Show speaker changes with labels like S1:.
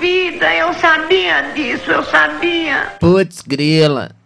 S1: Rita, Oh, eu sabia disso, eu sabia.
S2: Putz, grila.